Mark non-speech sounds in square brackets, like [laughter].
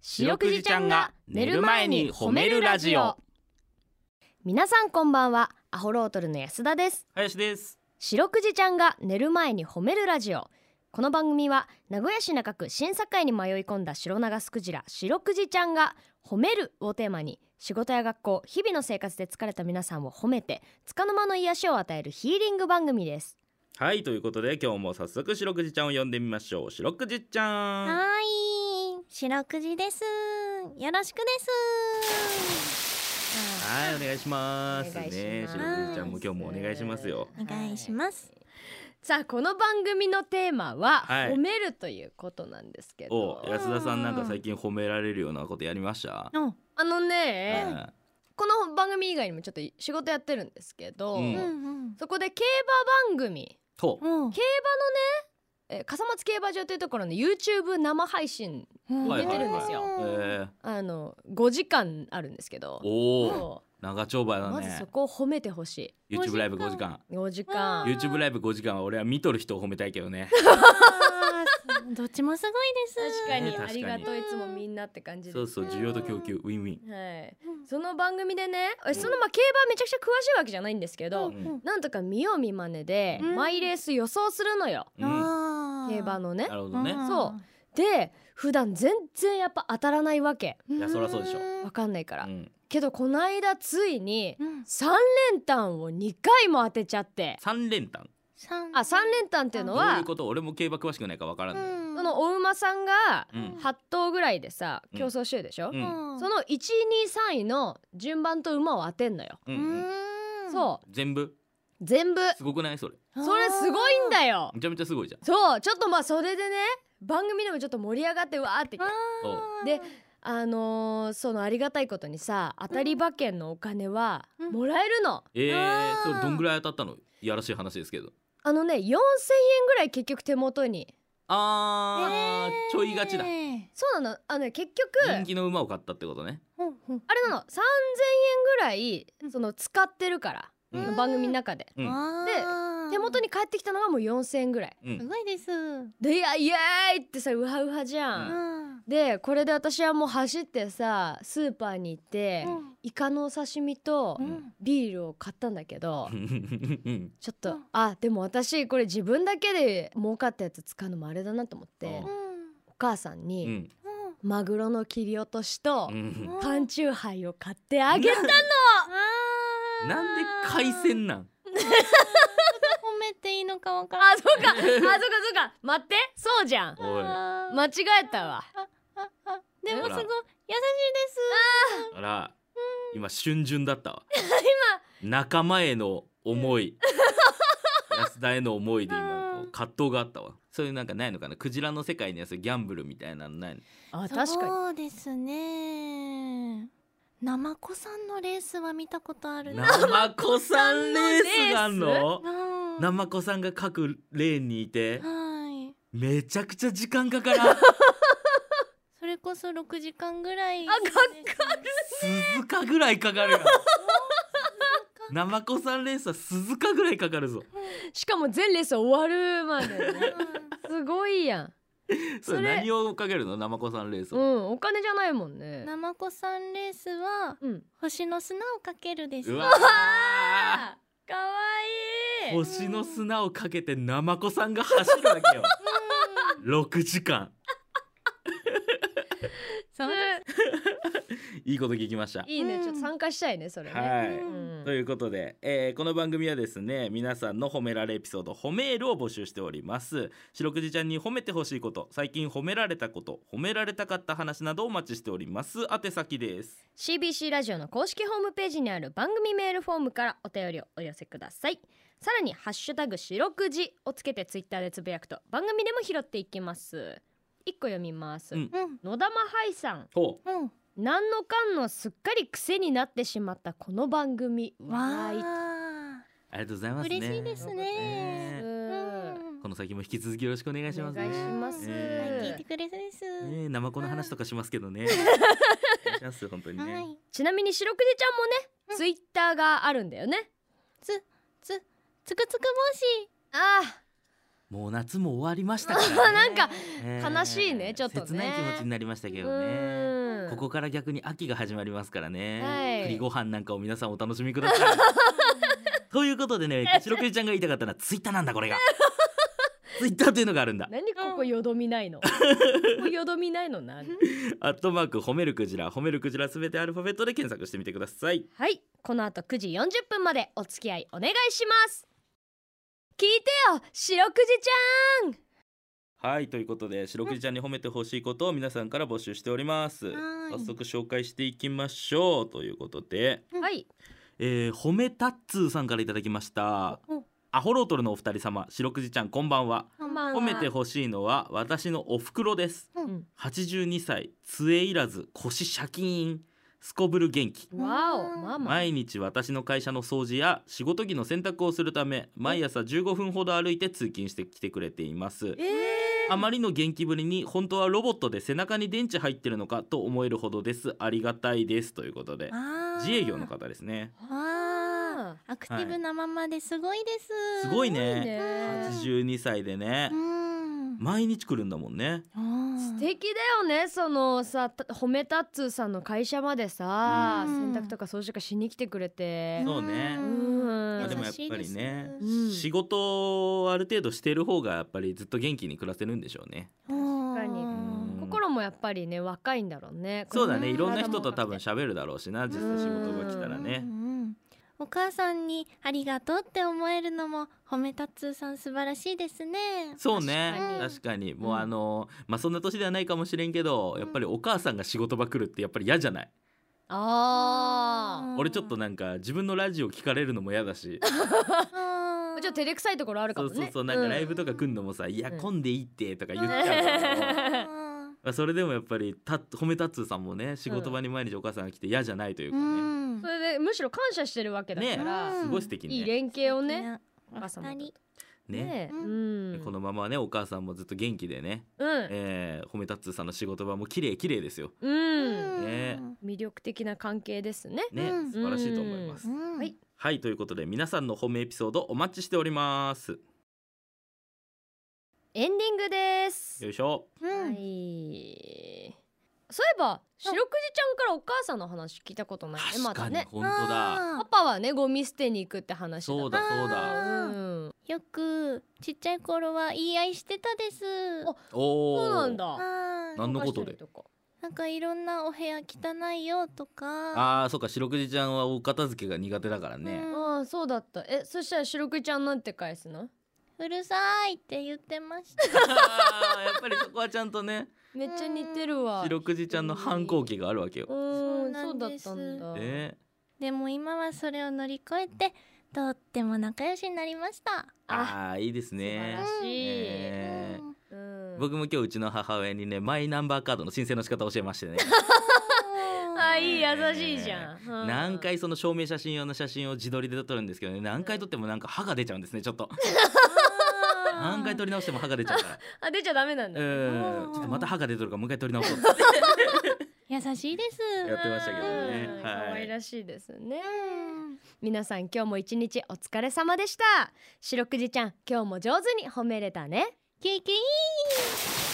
白くじちゃんが寝る前に褒めるラジオ皆さんこんばんはアホロートルの安田です林です白くじちゃんが寝る前に褒めるラジオこの番組は名古屋市中区新堺に迷い込んだ白長スクジラ白くじちゃんが褒めるをテーマに仕事や学校日々の生活で疲れた皆さんを褒めて束の間の癒しを与えるヒーリング番組ですはいということで今日も早速白くじちゃんを呼んでみましょう白くじちゃんはい、白くじです。よろしくです。はいお願いしますお願いしますね白くじちゃんも今日もお願いしますよお願いします。さあこの番組のテーマははい褒めるということなんですけど、お安田さんなんか最近褒められるようなことやりましたお、あのうね、んこの番組以外にもちょっと仕事やってるんですけど、うんうんそこで競馬番組とうん。うん競えー笠松競馬場というところの YouTube 生配信うんはい出てるんですよえーあの5時間あるんですけどおおそ長丁場うだまずそねこを褒めてほし YouTube ライブ5時間い5時間うん YouTube ライブ5時間は俺は見とる人を褒めたいけどねあー [laughs] どっちもすごいです。確かねに確あかりにがとういつもみんなって感じそでうそう需要と供給ウィンウィンはいうんその番組でねえそのまあ競馬めちゃくちゃ詳しいわけじゃないんですけどう、んなんとか見よう見まねで、うんマイレース予想するのようんな競馬ののねるほどねそうで普段全然やっぱ当たらないわけうん。いやそりゃそうでしょわかんないから、うんけどこの間ついにうん。 3連単を2回も当てちゃって三連単三あ3連単っていうのどあういはうこと俺も競馬詳しくないからわからないうんそのお馬さんがうん8頭ぐらいでさうん競争してるでしょ、ううんんその123位の順番と馬を当てんのよ、ううんうんんそ全部う全部すごくないそれそれすごいんだよめちゃめちゃすごいじゃんそうちょっとまあそれでね番組でもちょっと盛り上がってわーってあーであのーそのありがたいことにさ当たり馬券のお金はうんもらえるの、えあーーそれどんぐらい当たったのいやらしい話ですけどあのね4,000円ぐらい結局手元にあーちょいがちだねそうなのあのね結局人気の馬を買ったってことねえうんうんあれなの3,000円ぐらいうんその使ってるから、うんこの番組の中でうんあー手元に返ってきたのがもう4,000円ぐらいうんすごいです。うん。でいやイエーイってさウハウハじゃん、うでこれで私はもう走ってさスーパーに行って、うんイカのお刺身とうんビールを買ったんだけど、うんちょっと、うんあでも私これ自分だけで儲かったやつ使うのもあれだなと思って、うんお母さんうに、んマグロの切り落としと、うん缶チューハイを買ってあ [laughs] げたなんで海鮮なん褒めていいのかわからない。あそうかあそうかそうか待ってそうじゃんおい間違えたわでもほすらごい優しいです。あら今瞬順だったわ今仲間への思い安田への思いで今こう葛藤があったわそういうなんかないのかなクジラの世界にはそういうギャンブルみたいなのないのあ確かにそうですね。ナマコさんのレースは見たことあるな。ナマコさんレースなのうんナマコさんが各レーンにいてはい。めちゃくちゃ時間かからんそれこそ六時間ぐらい。あかかる。鈴鹿ぐらいかかるよナマコさんレースは鈴鹿ぐらいかかるぞしかも全レース終わるまで [laughs] ねすごいやんそれそれ何をかけるのナマコさんレースうは、んお金じゃないもんねナマコさんレースはうん星の砂をかけるです。うわーかわいい星の砂をかけてナマコさんが走るわけよ6時間そうでいいこと聞きましたいいねうんちょっと参加したいねそれね、はういんうんということで、えーこの番組はですね皆さんの褒められエピソード褒めールを募集しております白くじちゃんに褒めてほしいこと最近褒められたこと褒められたかった話などお待ちしております宛先です CBC ラジオの公式ホームページにある番組メールフォームからお便りをお寄せくださいさらに「ハッシュタグ白くじ」をつけてツイッターでつぶやくと番組でも拾っていきます一個読みます、うんす。うん。野玉ハイさんほうん。わ何のかんのすっかり癖になってしまったこの番組わーいあ。うありがとうございますね嬉しいですねねうんこの先も引き続きよろしくお願いしますねお願いしますね聞いてくれそうです。ねえナマコの話とかしますけ [laughs] どねお願いします本当にね、はい。ちなみに白くじちゃんもね、うんツイッターがあるんだよねつつつくつくあもう夏も終わりましたから、[laughs] なね、んかえー悲しいねちょっとね切ない気持ちになりましたけどうねうんここから逆に秋が始まりますからね、はい栗ご飯なんかを皆さんお楽しみくだ [laughs] さいということでね白栗ちゃんが言いたかったのはツイッターなんだこれが [laughs] ツイッターというのがあるんだ何ここよどみないの、ここよどみないのなアットマーク褒めるクジラ褒めるクジラすべてアルファベットで検索してみてくださいはいこの後9時40分までお付き合いお願いします聞いてよ白くじちはいということで白栗ちゃんに褒めてほしいことを皆さんから募集しておりますはー早い速紹介していきましょうということで、ゃんはいえー、褒めたっつーさんからいただきましたおアホロートルのお二人様白くじちゃんこんばんはこんばんは褒めてほしいのは私のお袋ですうん82歳杖いらず腰シャキーンすこぶる元気わおママ毎日私の会社の掃除や仕事着の洗濯をするため毎朝15分ほど歩いて通勤してきてくれていますええあまりの元気ぶりに本当はロボットで背中に電池入ってるのかと思えるほどですありがたいですということで自営業の方ですねわあアクティブなままですごいです、すごいー、ねね82歳でねうん毎日来るんだもんね素敵だよねそのさた褒めたっつーさんの会社までさ、うん洗濯とか掃除とかしに来てくれて、そうねうんまあ、でもや優っしいぱでりすね、うん仕事をある程度してる方がやっぱりずっと元気に暮らせるんでしょうね。確かにうん心もやっぱりね若いんだろうねそうだうねんいろんな人と多分喋るだろうしな実際仕事が来たらうねん。うんお母さんにありがとうって思えるのも褒めたつーさん素晴らしいですね。そうね確かに確かにんもうあのまあそんな年ではないかもしれんけどやっぱりお母さんが仕事場来るってやっぱり嫌じゃないあ俺ちょっとなんか自分のラジオ聞かれるのも嫌だしああちょっと照れくさいところあるかそもうねそうそうなんかライブブとか来んのもさ「いや混んでいいって」とか言っちゃうか [laughs] らうんまあそれでもやっぱりた褒めたっつーさんもね仕事場に毎日お母さんが来て嫌じゃないというかねそれでむしろ感謝してるわけだから、ねすごい素敵いいね。連携をねお母さんも二ねねうんうんこのままねお母さんもずっと元気でね、うんえー、褒めたっつーさんの仕事場も綺麗綺麗ですよ。うんね魅力的な関係ですねね、うん素晴らしいと思います。ははいはいということで皆さんの褒めエピソードお待ちしております。エンディングですよいしょ。はいそういえば白くじちゃんからお母さんの話聞いたことないねま確かだにね本当だ。パパはねゴミ捨てに行くって話だそうだそうだ。うんよくちっちゃい頃は言い合いしてたです。あおお。そうなん。だはないんのことお菓で子とかなんかいろんなお部屋汚いよとか。ああそうか白くじちゃんはお片付けが苦手だからね。ああそうだったえそしたら白くじちゃんなんて返すのうるさいって言ってました。 [laughs] あー [laughs] やっぱりそこはちゃんとねめっちゃ似てるわ白くじちゃんの反抗期があるわけよ。うんそそううなだんっですたんだね、でも今はそれを乗り越えてとっても仲良しになりました。ああーいいですね。素晴らしいねうんうん僕も今日うちの母親にねマイナンバーカードの申請の仕方を教えましてね。あいい優しいじゃん、うん何回その証明写真用の写真を自撮りで撮るんですけどね何回撮ってもなんか歯が出ちゃうんですねちょっと [laughs] 何回撮り直しても歯が出ちゃうからあ出ちゃダメなんだ、うんちょっとまた歯が出てるからもう一回撮り直そうって優しいです。やってましたけどねうんはい可愛らしいですねうん皆さん今日も一日お疲れ様でした白くじちゃん今日も上手に褒めれたねキュイキュイ